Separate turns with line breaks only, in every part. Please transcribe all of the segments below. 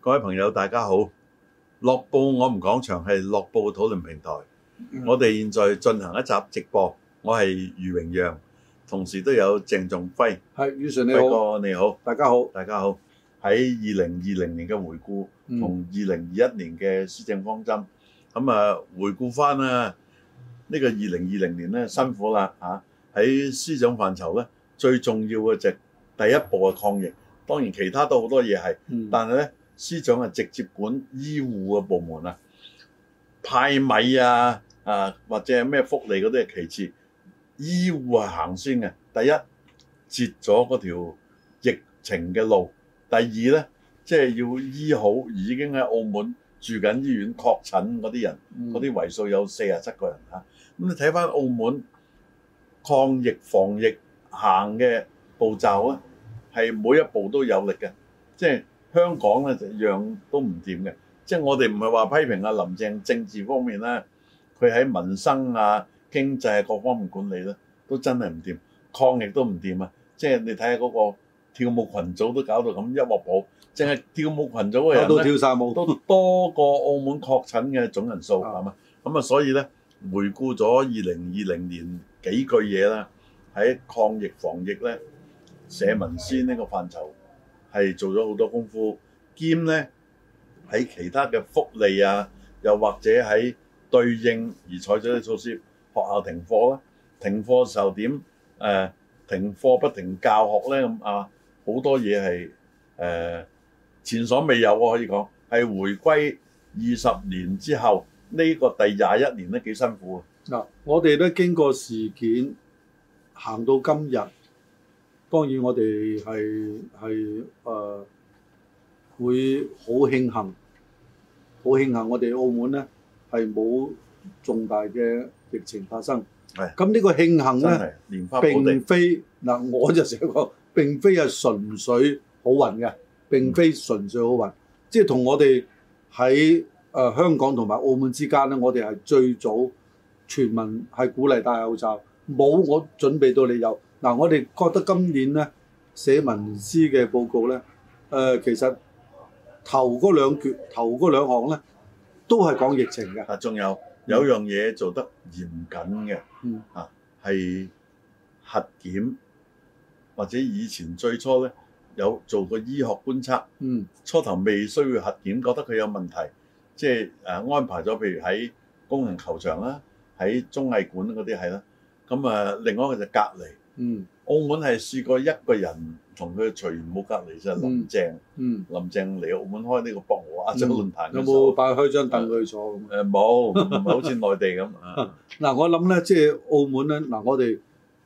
各位朋友，大家好！樂報我們講場係樂報嘅討論平台，
嗯
我哋現在進行一集直播。我係余榮陽，同時都有鄭仲輝。
係，宇純你好，
輝哥你好，
大家好。
大家好。喺二零二零年嘅回顧
嗯
同二零二一年嘅施政方針，咁啊回顧翻啦，呢個二零二零年咧辛苦啦嚇。喺思想範疇咧，最重要嘅就係第一步嘅抗疫，當然其他都好多嘢係。
嗯，
但係咧，司長係直接管醫護嘅部門啊，派米啊，啊或者咩福利嗰啲係其次，醫護係行先嘅。第一，截咗嗰條疫情嘅路；第二咧，即係要醫好已經喺澳門住緊醫院確診嗰啲人。
嗯
嗰啲為數有四十七個人嚇。咁你睇翻澳門抗疫防疫行嘅步驟咧，係每一步都有力嘅。即係香港咧就樣都唔掂嘅。即係我哋唔係話批評阿林鄭政治方面咧，佢喺民生啊、經濟啊各方面管理咧，都真係唔掂，抗疫都唔掂啊！即係你睇下嗰個跳舞群組都搞到咁一鑊泡，淨係跳舞群組嘅人
搞到
呢
跳晒舞，
都多過澳門確診嘅總人數
啊
係嘛？咁啊，所以咧回顧咗二零二零年幾句嘢啦，喺抗疫防疫咧，社民先呢個範疇係做咗好多功夫，兼咧喺其他嘅福利啊，又或者喺對應而採取啲措施，學校停課啦，停課時候點誒、呃停課不停教學咧咁啊，好多嘢係誒前所未有啊，可以講係回歸二十年之後呢、個第廿一年咧幾辛苦啊，
嗱，我哋咧經過事件行到今日，當然我哋係係誒會好慶幸，好慶幸我哋澳門咧係冇重大嘅疫情發生。
係
咁呢個慶
真
幸咧，
係蓮花寶
嗯並
啊地
非嗱我就成日講，並非係純粹好運嘅，並非純粹好運，即係同我哋喺誒香港同埋澳門之間咧，我哋係最早全民係鼓勵戴口罩，冇我準備到你有。嗱、我哋覺得今年咧社民司嘅報告咧，誒、其實頭嗰兩橛頭嗰兩項咧都係講疫情嘅，
啊，仲有有樣嘢做得嚴謹嘅，
嗯
啊係核檢或者以前最初咧有做過醫學觀察。
嗯
初頭未需要核檢，覺得佢有問題，即係誒安排咗，譬如喺工人球場啦，喺綜藝館嗰啲係啦。咁啊，另外一個就隔離。
嗯
澳門係試過一個人同佢隨緣冇隔離，就係林鄭。
嗯，
林鄭嚟澳門開呢個博鰲亞洲論壇
有
嘅時候
冇擺開張凳佢坐咁啊？
誒冇，唔係好似內地 咁啊。
嗱，我諗咧，即係澳門咧，嗱，我哋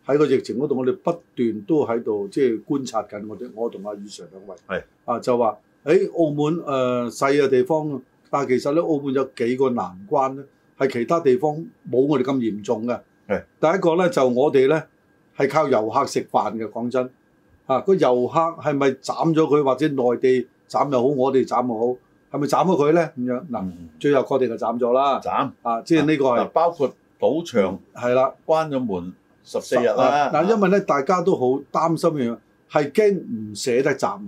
喺個疫情嗰度，我哋不斷都喺度即係觀察緊。我哋我同阿宇 Sir 兩位
係
啊，就話喺澳門誒細嘅地方，但係其實咧，澳門有幾個難關咧，係其他地方冇我哋咁嚴重嘅。
係
第一個咧，就我哋咧係靠遊客食飯嘅，講真啊，個遊客係咪斬咗佢，或者內地斬又好，我哋斬又好，係咪斬咗佢咧？咁樣嗱，
嗯
最後確定係斬咗啦。
斬
啊，即係呢個
嗱
係，
包括賭場
係啦。
關咗門十四日啦。
嗱，因為咧大家都好擔心嘅，係驚唔捨得賺，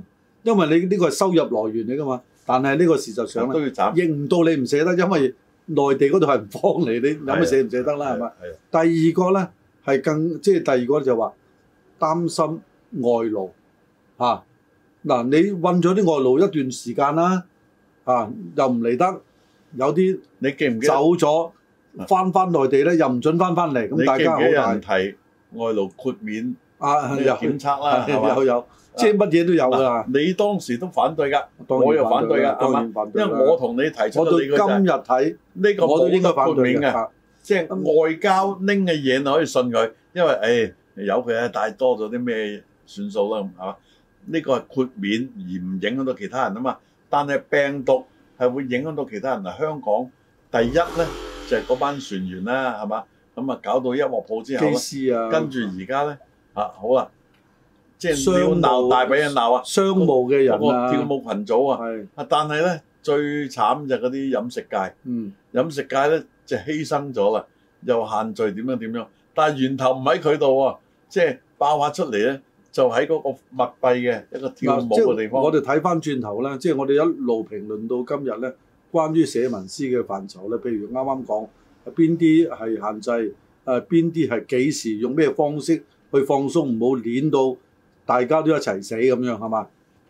因為你呢個係收入來源嚟噶嘛。但係呢個事實上
啊都
咧，
要斬，
認唔到你唔捨得，因為內地嗰度係唔幫你，你有乜捨唔捨得啦？係咪？
啊係啊？
第二個咧係更即係第二個就話擔心外勞嚇。啊嗱、你運咗啲外勞一段時間啦，嚇、又唔嚟得，有啲
你記唔記得啊
走咗，翻翻內地咧又唔准翻翻嚟，
你
咁大
記
家
唔
好
記得有人
大
提外勞豁 免
啊
呢個
又
檢測啦，係嘛啊
有？有，即係乜嘢都有
嗱
㗎。
你當時都反對㗎，
當
我
然
又反對
啦
㗎，係
當
嘛？
然反
因
對
為
啦。
我同你提出
我到
嘅理
今
據就係
日睇，
呢個
我都應該
冇得
反
豁
對
免嘅，
嘅。啊
即係外交拎嘅嘢你可以信佢，因為哎誒由佢啊帶多咗啲咩算數啦，係嘛？呢個係豁免而唔影響到其他人啊嘛。但係病毒係會影響到其他人啊。香港第一咧就係嗰班船員啦，係嘛？咁啊搞到一鑊泡之後呢
機師啊，
跟住而家咧啊，好啦，即係你
商
要
務
鬧大俾人鬧啊！
商務嘅人
嗰個
啊，
跳舞群組啊，
係
啊但係咧最慘就係嗰啲飲食界，
嗯
飲食界咧就犧牲咗啦，又限聚點樣點樣，但係源頭唔喺佢度喎，即係爆發出嚟咧就喺嗰個密閉嘅一個跳舞
啊嗱即係
嘅地方。
我哋睇翻轉頭啦，即係我哋一路評論到今日咧，關於社文司嘅範疇咧，譬如啱啱講啊邊啲係限制，誒邊啲係幾時用咩方式去放鬆，唔好攣到大家都一齊死咁樣係嘛？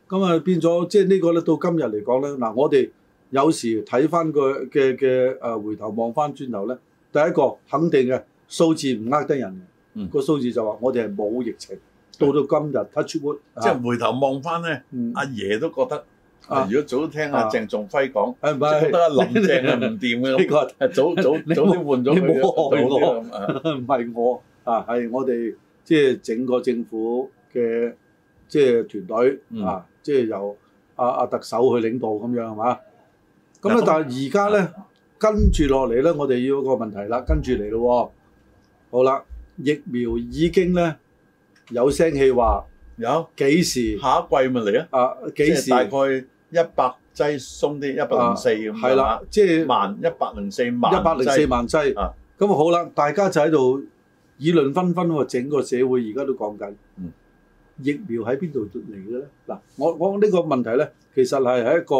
咁啊變咗即係呢個咧，到今日嚟講咧，嗱我哋有時睇翻個嘅嘅誒回頭望翻轉頭咧，第一個肯定嘅數字唔呃得人嘅，
嗯
個數字就話我哋係冇疫情，到到今日 touch wood，啊
即係回頭望翻咧，
嗯
阿爺都覺得，
啊
如果早聽阿
啊
鄭仲輝講，
誒唔
即係覺得
係
阿林鄭係唔掂嘅
呢
咁。
個
誒早早
你冇
早啲換咗佢
你冇害我
早啲咁啊
唔係我啊，係我哋即係整個政府嘅即係團隊
嗯
啊，即係由阿阿特首去領導咁樣係嘛？咁
嗱
啊咧
咁，
但係而家咧跟住落嚟咧，我哋要有個問題啦，跟住嚟咯喎。好啦，疫苗已經咧有聲氣話
有
幾時
下一季咪嚟啊？
啊
即
幾
係
時
大概一百劑鬆啲，一百零四咁
係啦，即係
係嘛，萬一百零四萬劑
一百零四萬劑。
啊
咁好啦，大家就喺度議論紛紛喎。整個社會而家都講緊，
嗯
疫苗喺邊度嚟嘅咧？嗱，我我呢個問題咧，其實係係一個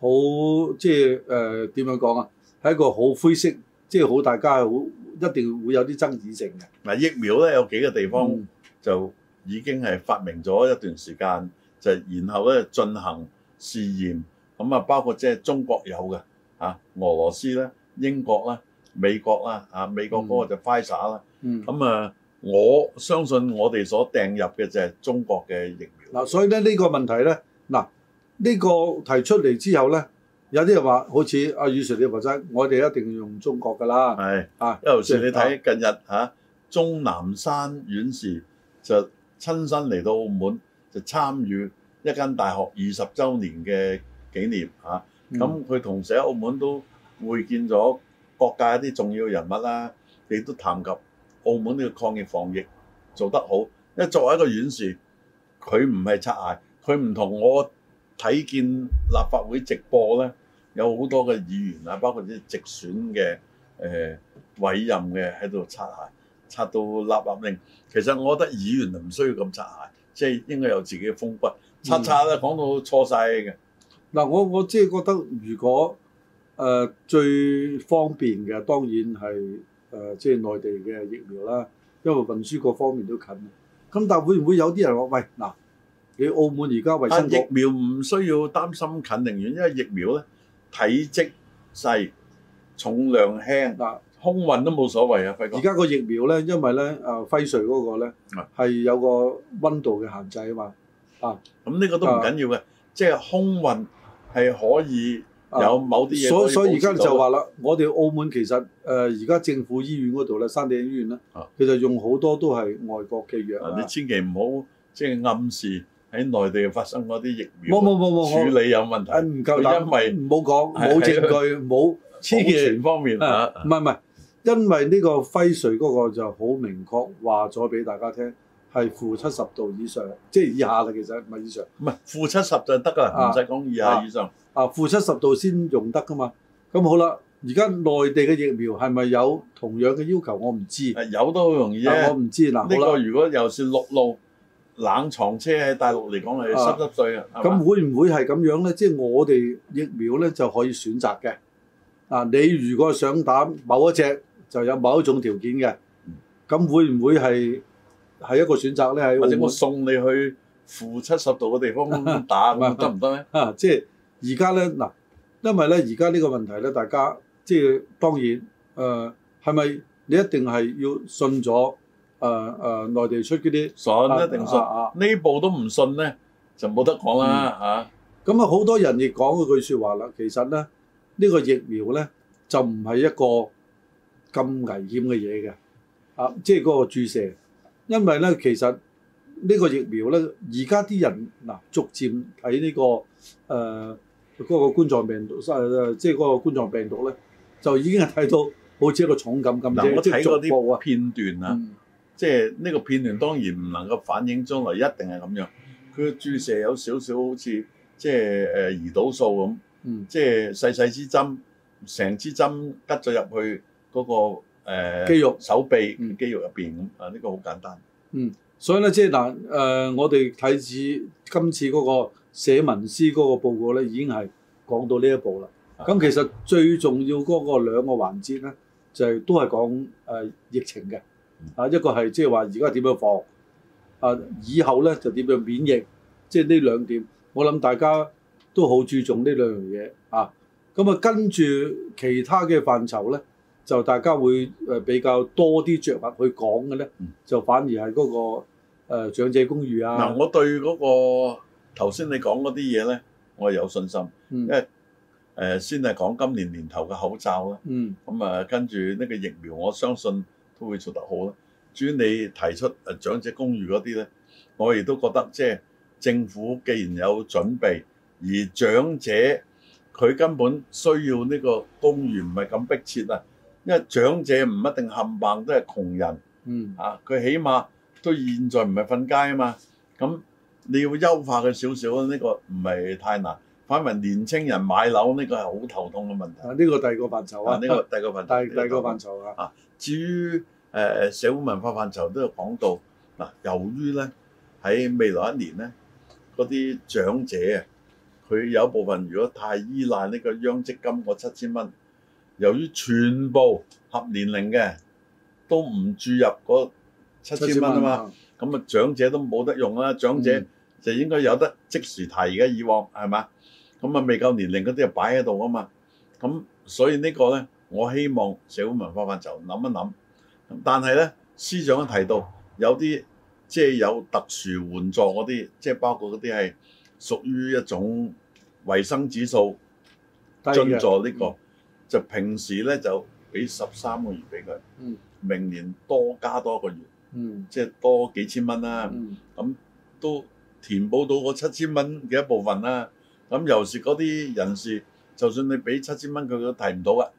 好即係誒點樣講啊？係一個好灰色，即係好大家係好一定會有啲爭議性嘅。
嗱疫苗咧有幾個地方
嗯
就已經係發明咗一段時間，就然後咧進行試驗，咁啊包括即係中國有嘅啊，俄羅斯咧、英國啦、美國啦啊，美國嗰個就 Pfizer 啦，
嗯，
咁啊我相信我哋所訂入嘅就係中國嘅疫苗。
嗱，所以咧呢個問題咧，嗱呢個提出嚟之後咧，有啲人話好似阿宇 Sir 你話齋，我哋一定要用中國㗎啦，
係，
啊，
尤其是你睇近日嚇、啊鐘南山院士就親身嚟到澳門，就參與一間大學二十週年嘅紀念啊嚇。
嗯
咁佢同時喺澳門都會見咗各界一啲重要人物啦，亦都談及澳門呢個抗疫防疫做得好。因為作為一個院士，佢唔係擦鞋，佢唔同我睇見立法會直播咧，有好多嘅議員啊，包括啲直選嘅誒、呃委任嘅喺度擦鞋，擦到立立令。其實我覺得議員就唔需要咁擦鞋，即係應該有自己嘅風骨。擦擦咧講到錯晒嘅，
嗱，我我即係覺得，如果誒、呃最方便嘅，當然係誒、呃即係內地嘅疫苗啦，因為運輸各方面都近。咁但係會唔會有啲人話：喂，嗱，你澳門而家衞
但啊
生
疫
局
苗唔需要擔心近定遠，因為疫苗咧體積細、重量輕，
嗱，
空運都冇所謂啊，輝
啊而
哥。
家個疫苗咧，因為咧誒、呃輝瑞嗰個咧
係
係有個温度嘅限制啊嘛，
咁呢個都
啊
唔緊要嘅，即係空運係可以
啊
有某啲嘢可
所所以而家
保持到
就話啦，我哋澳門其實誒呃而家政府醫院嗰度咧，山頂醫院咧
啊，
其實用好多都係外國嘅藥
啊
啊
你千祈唔好即係暗示喺內地發生嗰啲疫苗
冇冇冇冇，啊我
處理有問
誒
題，
唔夠膽，
因為
唔好講
係
冇證據，冇
保
黐嘅，
存方面啊
啊唔係唔係，因為呢個輝瑞嗰個就好明確話咗俾大家聽，係負七十度以上，即係以下啦，其實唔係以上，
唔係負七十就得㗎啦，
啊
唔使講以下以上。
啊負七十度先用得噶嘛。咁好啦，而家內地嘅疫苗係咪有同樣嘅要求？我唔知，
誒有都好容易
啊
啫
我。唔知
呢
嗱，好
個
啦，
如果又是陸路冷藏車喺大陸嚟講係濕濕碎嘅，啊係
啊咁
嘛
會唔會係咁樣咧？即係我哋疫苗咧就可以選擇嘅。啊，你如果想打某一隻，就有某一種條件嘅
嗯。
咁會唔會係係一個選擇咧？喺
或
澳
者我
門
送你去負七十度嘅地 方打咁得唔得咧？
啊，即係而家咧嗱，因為咧而家呢個問題咧，大家即係當然誒係咪你一定係要信咗誒誒內地出嗰啲
信一定信
啊，啊啊
呢步都唔信咧就冇得講啦
咁啊，好多人亦講嗰句説話啦。其實咧，呢、呢個疫苗咧就唔係一個咁危險嘅嘢嘅，啊，即係嗰個注射。因為咧，其實呢個疫苗咧，而家啲人嗱、逐漸睇呢、個誒嗰、個冠狀病毒，呃即係嗰個冠狀病毒咧，就已經係睇到好似一個重感咁
嚇。嗱，
啫，
我
即
睇
係
嗰
逐步
啲
啊。
片段啊，
嗯
即係呢個片段當然唔能夠反映將來一定係咁樣。佢嘅注射有少少好似即係誒胰島素咁。
嗯，
即係細細支針，成支針拮咗入去嗰、個、呃、
肌肉
手臂
嗯
肌肉入邊咁啊！呢、個好簡單。
所以咧，即係嗱誒，我哋睇似今次嗰個寫文思嗰個報告咧，已經係講到呢一步啦。
啊
咁其實最重要嗰個兩個環節咧，就係、都係講誒疫情嘅
嗯。
啊，一個係即係話而家點樣防，啊以後咧就點樣免疫，即係呢兩點，我諗大家都好注重呢兩樣嘢啊。咁啊，跟住其他嘅範疇咧，就大家會誒比較多啲着墨去講嘅咧
嗯，
就反而係嗰、個、呃、長者公寓啊
嗱，，我對嗰、個頭先你講嗰啲嘢咧，我係有信心。誒、
嗯
先係講今年年頭嘅口罩啦，
嗯
咁啊跟住呢個疫苗，我相信都會做得好啦。至於你提出誒長者公寓嗰啲咧，我亦都覺得即係政府既然有準備，而長者佢根本需要呢個公寓唔係咁迫切啊，因為長者唔一定冚唪唥都係窮人。
嗯
啊，佢起碼都現在唔係瞓街啊嘛，咁你要優化佢少少呢、個唔係太難。反為年青人買樓呢、個係好頭痛嘅問題。
啊，呢個第二個範疇
啊，
啊，
呢、個第二個問題。
第第二個範疇啊，
至於誒、呃社會文化範疇都有講到嗱、由於咧喺未來一年咧，嗰啲長者啊，佢有一部分如果太依賴呢個央積金嗰七千蚊，由於全部合年齡嘅都唔注入嗰七千蚊啊嘛。咁啊長者都冇得用啦，長者
嗯
就應該有得即時提嘅，以往係嘛？咁啊未夠年齡嗰啲就擺喺度啊嘛，咁所以呢個呢，我希望社會文化範疇諗一諗，但係呢，司長都提到有啲即係有特殊援助嗰啲，即係包括嗰啲係屬於一種維生指數
低
津
嘅嗯
助呢、個，就平時呢就俾十三個月俾佢，
嗯
明年多加多個月，
嗯
即係多幾千蚊啦。
嗯
都填補到嗰七千蚊嘅一部分啦。咁尤其是嗰啲人士，就算你俾七千蚊，佢都提唔到噶。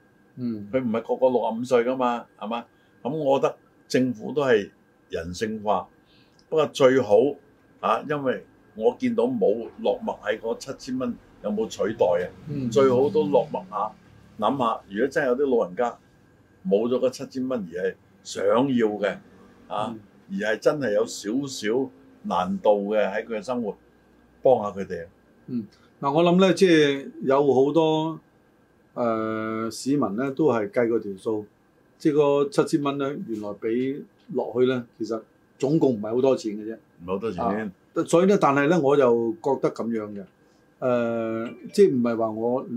嗯
佢唔係個個六十五歲噶嘛，係嘛？咁我覺得政府都係人性化，不過最好啊，因為我見到冇落墨喺嗰七千蚊有冇取代啊，
嗯，
最好都落墨下，諗下如果真係有啲老人家冇咗嗰七千蚊而係想要嘅啊。
嗯
而係真係有少少難度嘅喺佢嘅生活，幫下佢哋。
嗱，我諗咧，即係有好多誒、呃市民咧，都係計過條數，即係個七千蚊咧，原來俾落去咧，其實總共唔係好多錢嘅
唔係好多錢
啊，啫。所以咧，但係咧，我又覺得咁樣嘅，誒、即係唔係話我誒、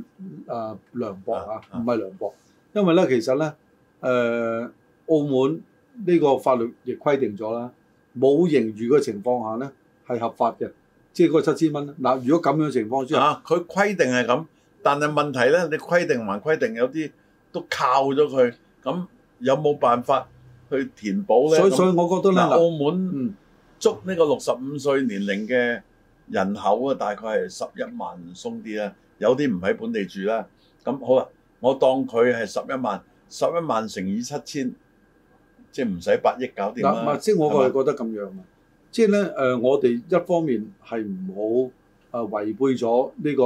呃、涼薄啊，
啊
唔係涼薄，因為咧，其實咧，誒、澳門呢個法律亦規定咗啦，冇盈餘嘅情況下咧係合法嘅，即係嗰七千蚊呢。嗱，如果咁樣情況之下，
啊！佢規定係咁，但係問題咧，你規定還規定，有啲都靠咗佢，咁有冇辦法去填補咧？
所以
咁
所以我覺得咧，
嗱，
嗱，
澳門
嗯
捉呢個六十五歲年齡嘅人口啊，大概係十一萬鬆啲啦，有啲唔喺本地住啦。咁好啦，我當佢係十一萬，十一萬乘以七千，即係唔使八億搞掂
嗱，唔
啦
係。即係我係
係
覺得咁樣嘅，即係咧誒，我哋一方面係唔好誒違背咗呢個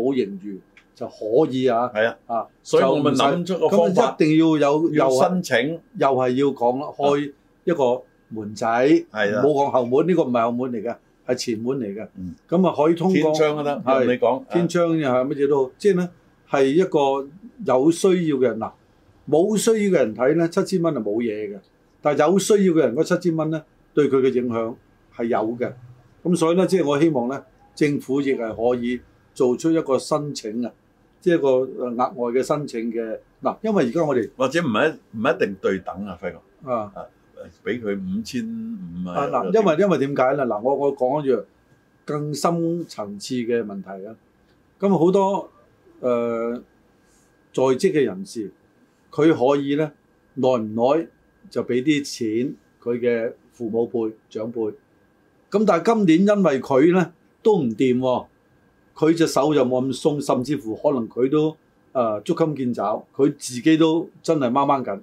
冇盈餘就可以啊，
係啊，
啊，
所以我咪
就唔使
諗出個
咁
方
啊
法，
一定要有又
要
係
申請
又係要講啦開一個門仔，
係
唔
啦
好講後門，呢個唔係後門嚟嘅，係前門嚟嘅
嗯，
咁啊可以通
天
過。
窗都得，
係
任你講。啊
天窗又係乜嘢都好，即係咧係一個有需要嘅人嗱，冇需要嘅人睇咧七千蚊係冇嘢嘅，但係有需要嘅人嗰七千蚊咧對佢嘅影響係有嘅，咁所以咧即係我希望咧政府亦係可以做出一個申請啊，即係一個誒額外嘅申請嘅嗱，因為而家我哋
或者唔係唔一定對等啊，輝哥，
啊
俾佢五千五
啊
啊。有
嗱，
啲
因為因為點解咧嗱，我我講一樣更深層次嘅問題啊，咁好多誒、呃在職嘅人士，佢可以咧耐唔耐就俾啲錢佢嘅父母輩長輩，咁但係今年因為佢咧都唔掂喎，佢隻手又冇咁鬆，甚至乎可能佢都誒、呃捉襟見肘，佢自己都真係掹掹緊，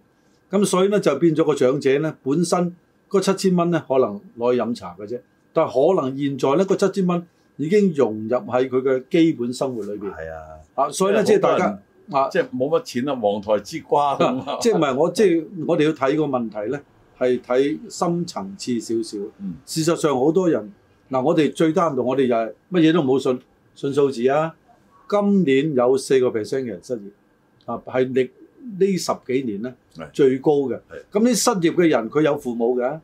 咁所以咧就變咗個長者咧本身嗰七千蚊咧可能攞去飲茶嘅啫，但係可能現在咧個七千蚊已經融入喺佢嘅基本生活裏邊。
係啊，
啊，所以咧，即係大家啊，
即係冇乜錢啊，黃台之瓜咁啊。
即係唔係我即係我哋要睇個問題咧，係係睇深層次少少。
嗯
事實上好多人嗱，我哋最擔同我哋又係乜嘢都唔好信，信數字啊！今年有四個 percent 嘅人失業啊，係歷呢十幾年咧
係
最高嘅
係。
咁呢失業嘅人佢有父母嘅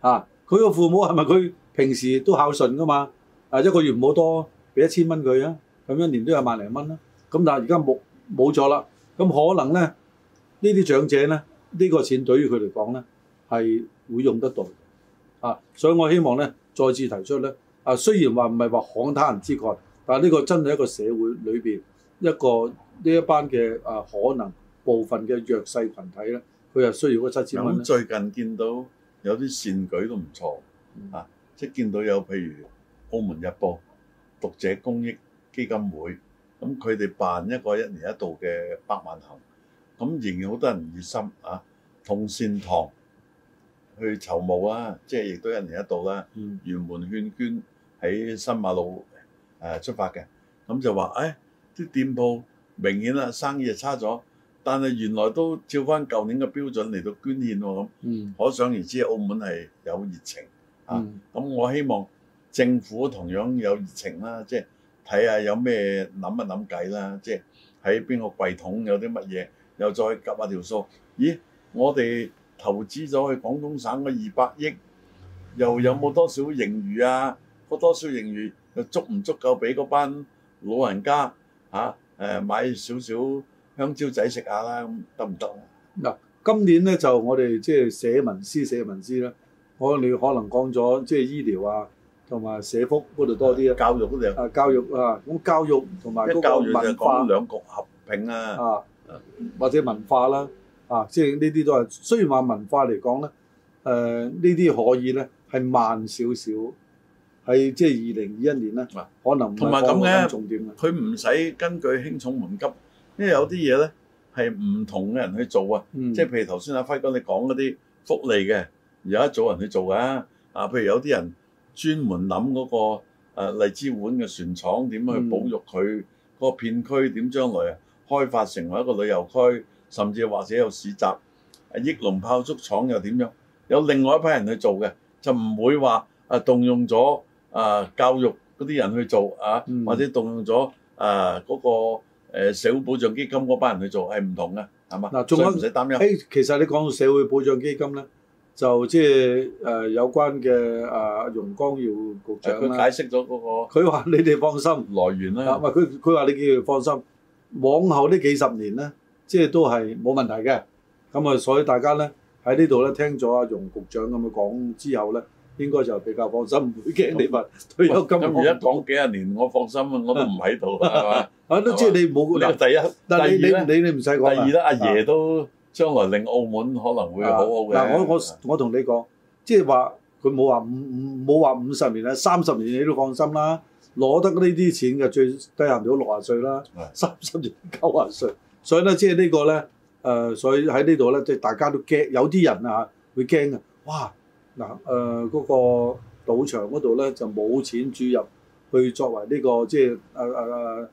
啊，佢個父母係咪佢平時都孝順噶嘛？啊，一個月唔好多俾一千蚊佢啊，咁一年都有萬零蚊啦。咁但係而家冇冇咗啦，咁可能咧呢啲長者咧呢、呢個錢對於佢嚟講咧係會用得到嘅啊，所以我希望咧再次提出咧啊，雖然話唔係話慷他人之慨，但係呢個真係一個社會裏邊一個呢一班嘅啊可能部分嘅弱勢群體咧，佢係需要嗰七千蚊
咁
咧，
最近見到有啲善舉都唔錯
嗯
啊，即係見到有譬如澳門日報讀者公益基金會，咁佢哋辦一個一年一度嘅百萬行，咁仍然好多人熱心啊，同善堂去籌募啊，即係亦都一年一度啦。
嗯
圓門勸捐喺新馬路誒、呃出發嘅，咁就話誒，哎啲、店鋪明顯啦，生意就差咗，但係原來都照翻舊年嘅標準嚟到捐獻喎，
嗯
咁可想而知澳門係有熱情。啊
嗯
咁我希望政府同樣有熱情啦，即係睇下有咩諗一諗計啦，即係喺邊個櫃桶有啲乜嘢，又再夾下條數。咦，我哋投資咗去廣東省嘅二百億，又有冇多少盈餘啊？個多少盈餘又足唔足夠俾嗰班老人家啊嚇誒、買少少香蕉仔食下啦？咁得唔得啊？
今年咧就我哋即係社民司社民司啦，我哋可能講咗即係醫療啊同埋社福嗰度多啲啦，
教育嗰度有，
啊教育啊，咁教育同埋嗰
一
個
教育就
文化
講。兩局合併啊，
啊
啊，
或者文化啦，啊，即係呢啲都係雖然話文化嚟講咧，誒呢啲可以咧係慢少少，係即係二零二一年咧
啊，
可能唔係
同埋咁
放得
嘅
重點嘅，啊
佢唔使根據輕重緩急，因為有啲嘢咧係唔同嘅人去做啊。
嗯，
即係譬如頭先阿輝哥你講嗰啲福利嘅，有一組人去做㗎。啊，譬如有啲人專門諗嗰、個、呃、荔枝碗嘅船廠點去
嗯
保育佢嗰個片區，點將來啊開發成為一個旅遊區，甚至或者有市集。啊益隆炮竹廠又點樣？有另外一批人去做嘅，就唔會話啊動用咗啊教育嗰啲人去做啊，
嗯
或者動用咗啊嗰個、呃、社會保障基金嗰班人去做，係唔同嘅，係嘛？
嗱仲有
所以唔使擔憂。
誒，其實你講到社會保障基金咧，就即係誒有關嘅啊容光耀局
誒
長
佢
啦，
解釋咗嗰
佢話你哋放心。
個啊來源
啊，
啦
唔，係佢佢話你叫佢放心，往後呢幾十年咧，即係都係冇問題嘅。咁啊，所以大家咧喺呢度咧聽咗阿容局長咁樣講之後咧，應該就比較放心，唔會驚你話退
喂
休金
咁而家講幾廿年，我放心啊，我都唔喺度 啦，
啊，都即係你冇
係嘛？呢
嗱，
啊個第一，
但係
第二
你
咧，
你你你唔使
第
講啦
二咧，阿爺都將來令澳門可能會好好嘅。
啊
啊
嗱，我我我同你講，即係話佢冇話五五冇話五十年啦，三十年你都放心啦。攞得呢啲錢嘅最低限度六啊歲啦
係，
三十年九啊歲，所以咧即係呢個咧，誒、所以喺呢度咧，即係大家都驚，有啲人啊會驚嘅。哇！嗱、誒嗰個賭場嗰度咧就冇錢注入去作為呢、個即係誒誒誒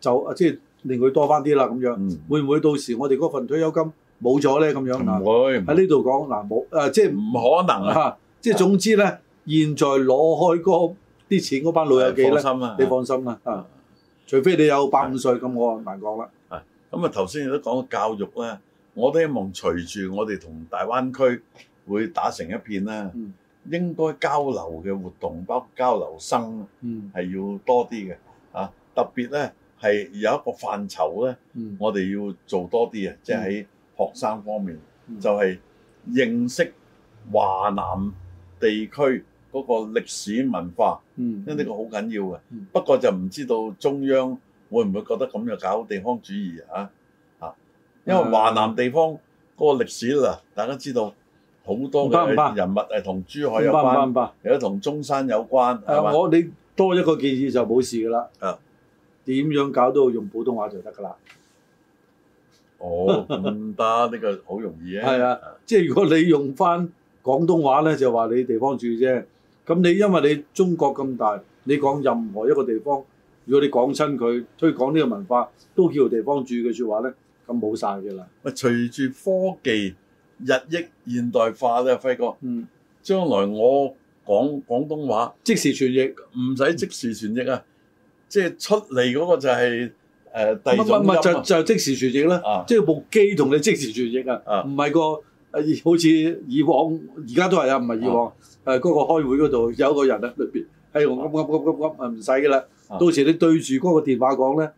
就啊即係令佢多翻啲啦咁樣，
嗯
會唔會到時我哋嗰份退休金冇咗咧咁樣嗱？
唔會，
喺啊呢度講嗱冇呃誒，即嗯係
唔可能啊！
嚇，即係總之咧，現在攞開嗰啲錢嗰班老友記咧，
放心啊
你！放心啦啊！除非你有百五歲咁，我難講啦。
咁啊，頭先亦都講到教育咧，我都希望隨住我哋同大灣區會打成一片啦
嗯，
應該交流嘅活動，包括交流生
嗯
係要多啲嘅啊！特別咧係有一個範疇咧。
嗯
我哋要做多啲啊，即係喺學生方面，
嗯
就係認識華南地區嗰個歷史文化，
嗯
因為呢個好緊要嘅
嗯。
不過就唔知道中央會唔會覺得咁樣搞地方主義啊？啊，因為
嗯
華南地方嗰個歷史啦，大家知道好多
唔得唔得
嘅人物係同珠海
唔
有
怕唔怕
關，
唔怕。
有啲同中山有關，係嘛
啊誒，？我你多一個建議就冇事噶啦。
啊，
點樣搞到用普通話就得噶啦。
哦，唔得，呢個好容易啊！
係啊，即係如果你用翻廣東話咧，就話你地方住啫。咁你因為你中國咁大，你講任何一個地方，如果你講親佢推廣呢個文化，都叫地方住嘅説話咧，咁冇晒嘅啦。
喂，隨住科技日益現代化咧，輝哥。
嗯，
將來我講廣東話
即時傳譯
唔使即時傳譯啊，即係出嚟嗰個就係、呃第二
乜
種
乜
音啊
乜就就即時傳譯啦
啊，
即係部機同你即時傳譯啊
啊，
唔係個呃好似以往而家都係啊，唔係以往誒嗰個開會嗰度有個人啊裏邊係我噏噏噏噏噏啊唔使噶啦，
啊
到時你對住嗰個電話講咧，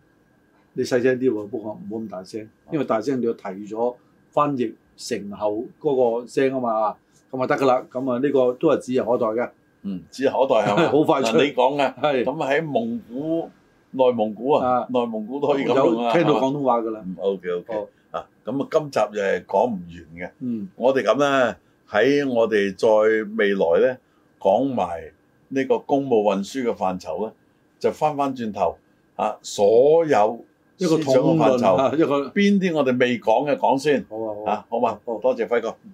你細聲啲喎，唔好講唔好咁大聲，
啊
因為大聲你要提咗翻譯成後嗰個聲啊嘛，咁啊得噶啦，咁啊呢個都係指日可待嘅，
嗯，指口袋係嘛
好快
嗱
出
你講嘅。
係
咁喺蒙古、內蒙古啊
啊，
內蒙古都可以咁
有
用啊。
聽到廣東話噶啦，
O K O
哦
K 啊，咁啊，今集就係講唔完嘅。
嗯
我哋咁咧，喺我哋再未來咧講埋呢個公務運輸嘅範疇咧，就翻翻轉頭啊，所有
一個
司長嘅
統
範疇
論啊一個
邊啲我哋未講嘅講先
好啊好啊
啊，。好嘛？
好
多謝輝哥。
嗯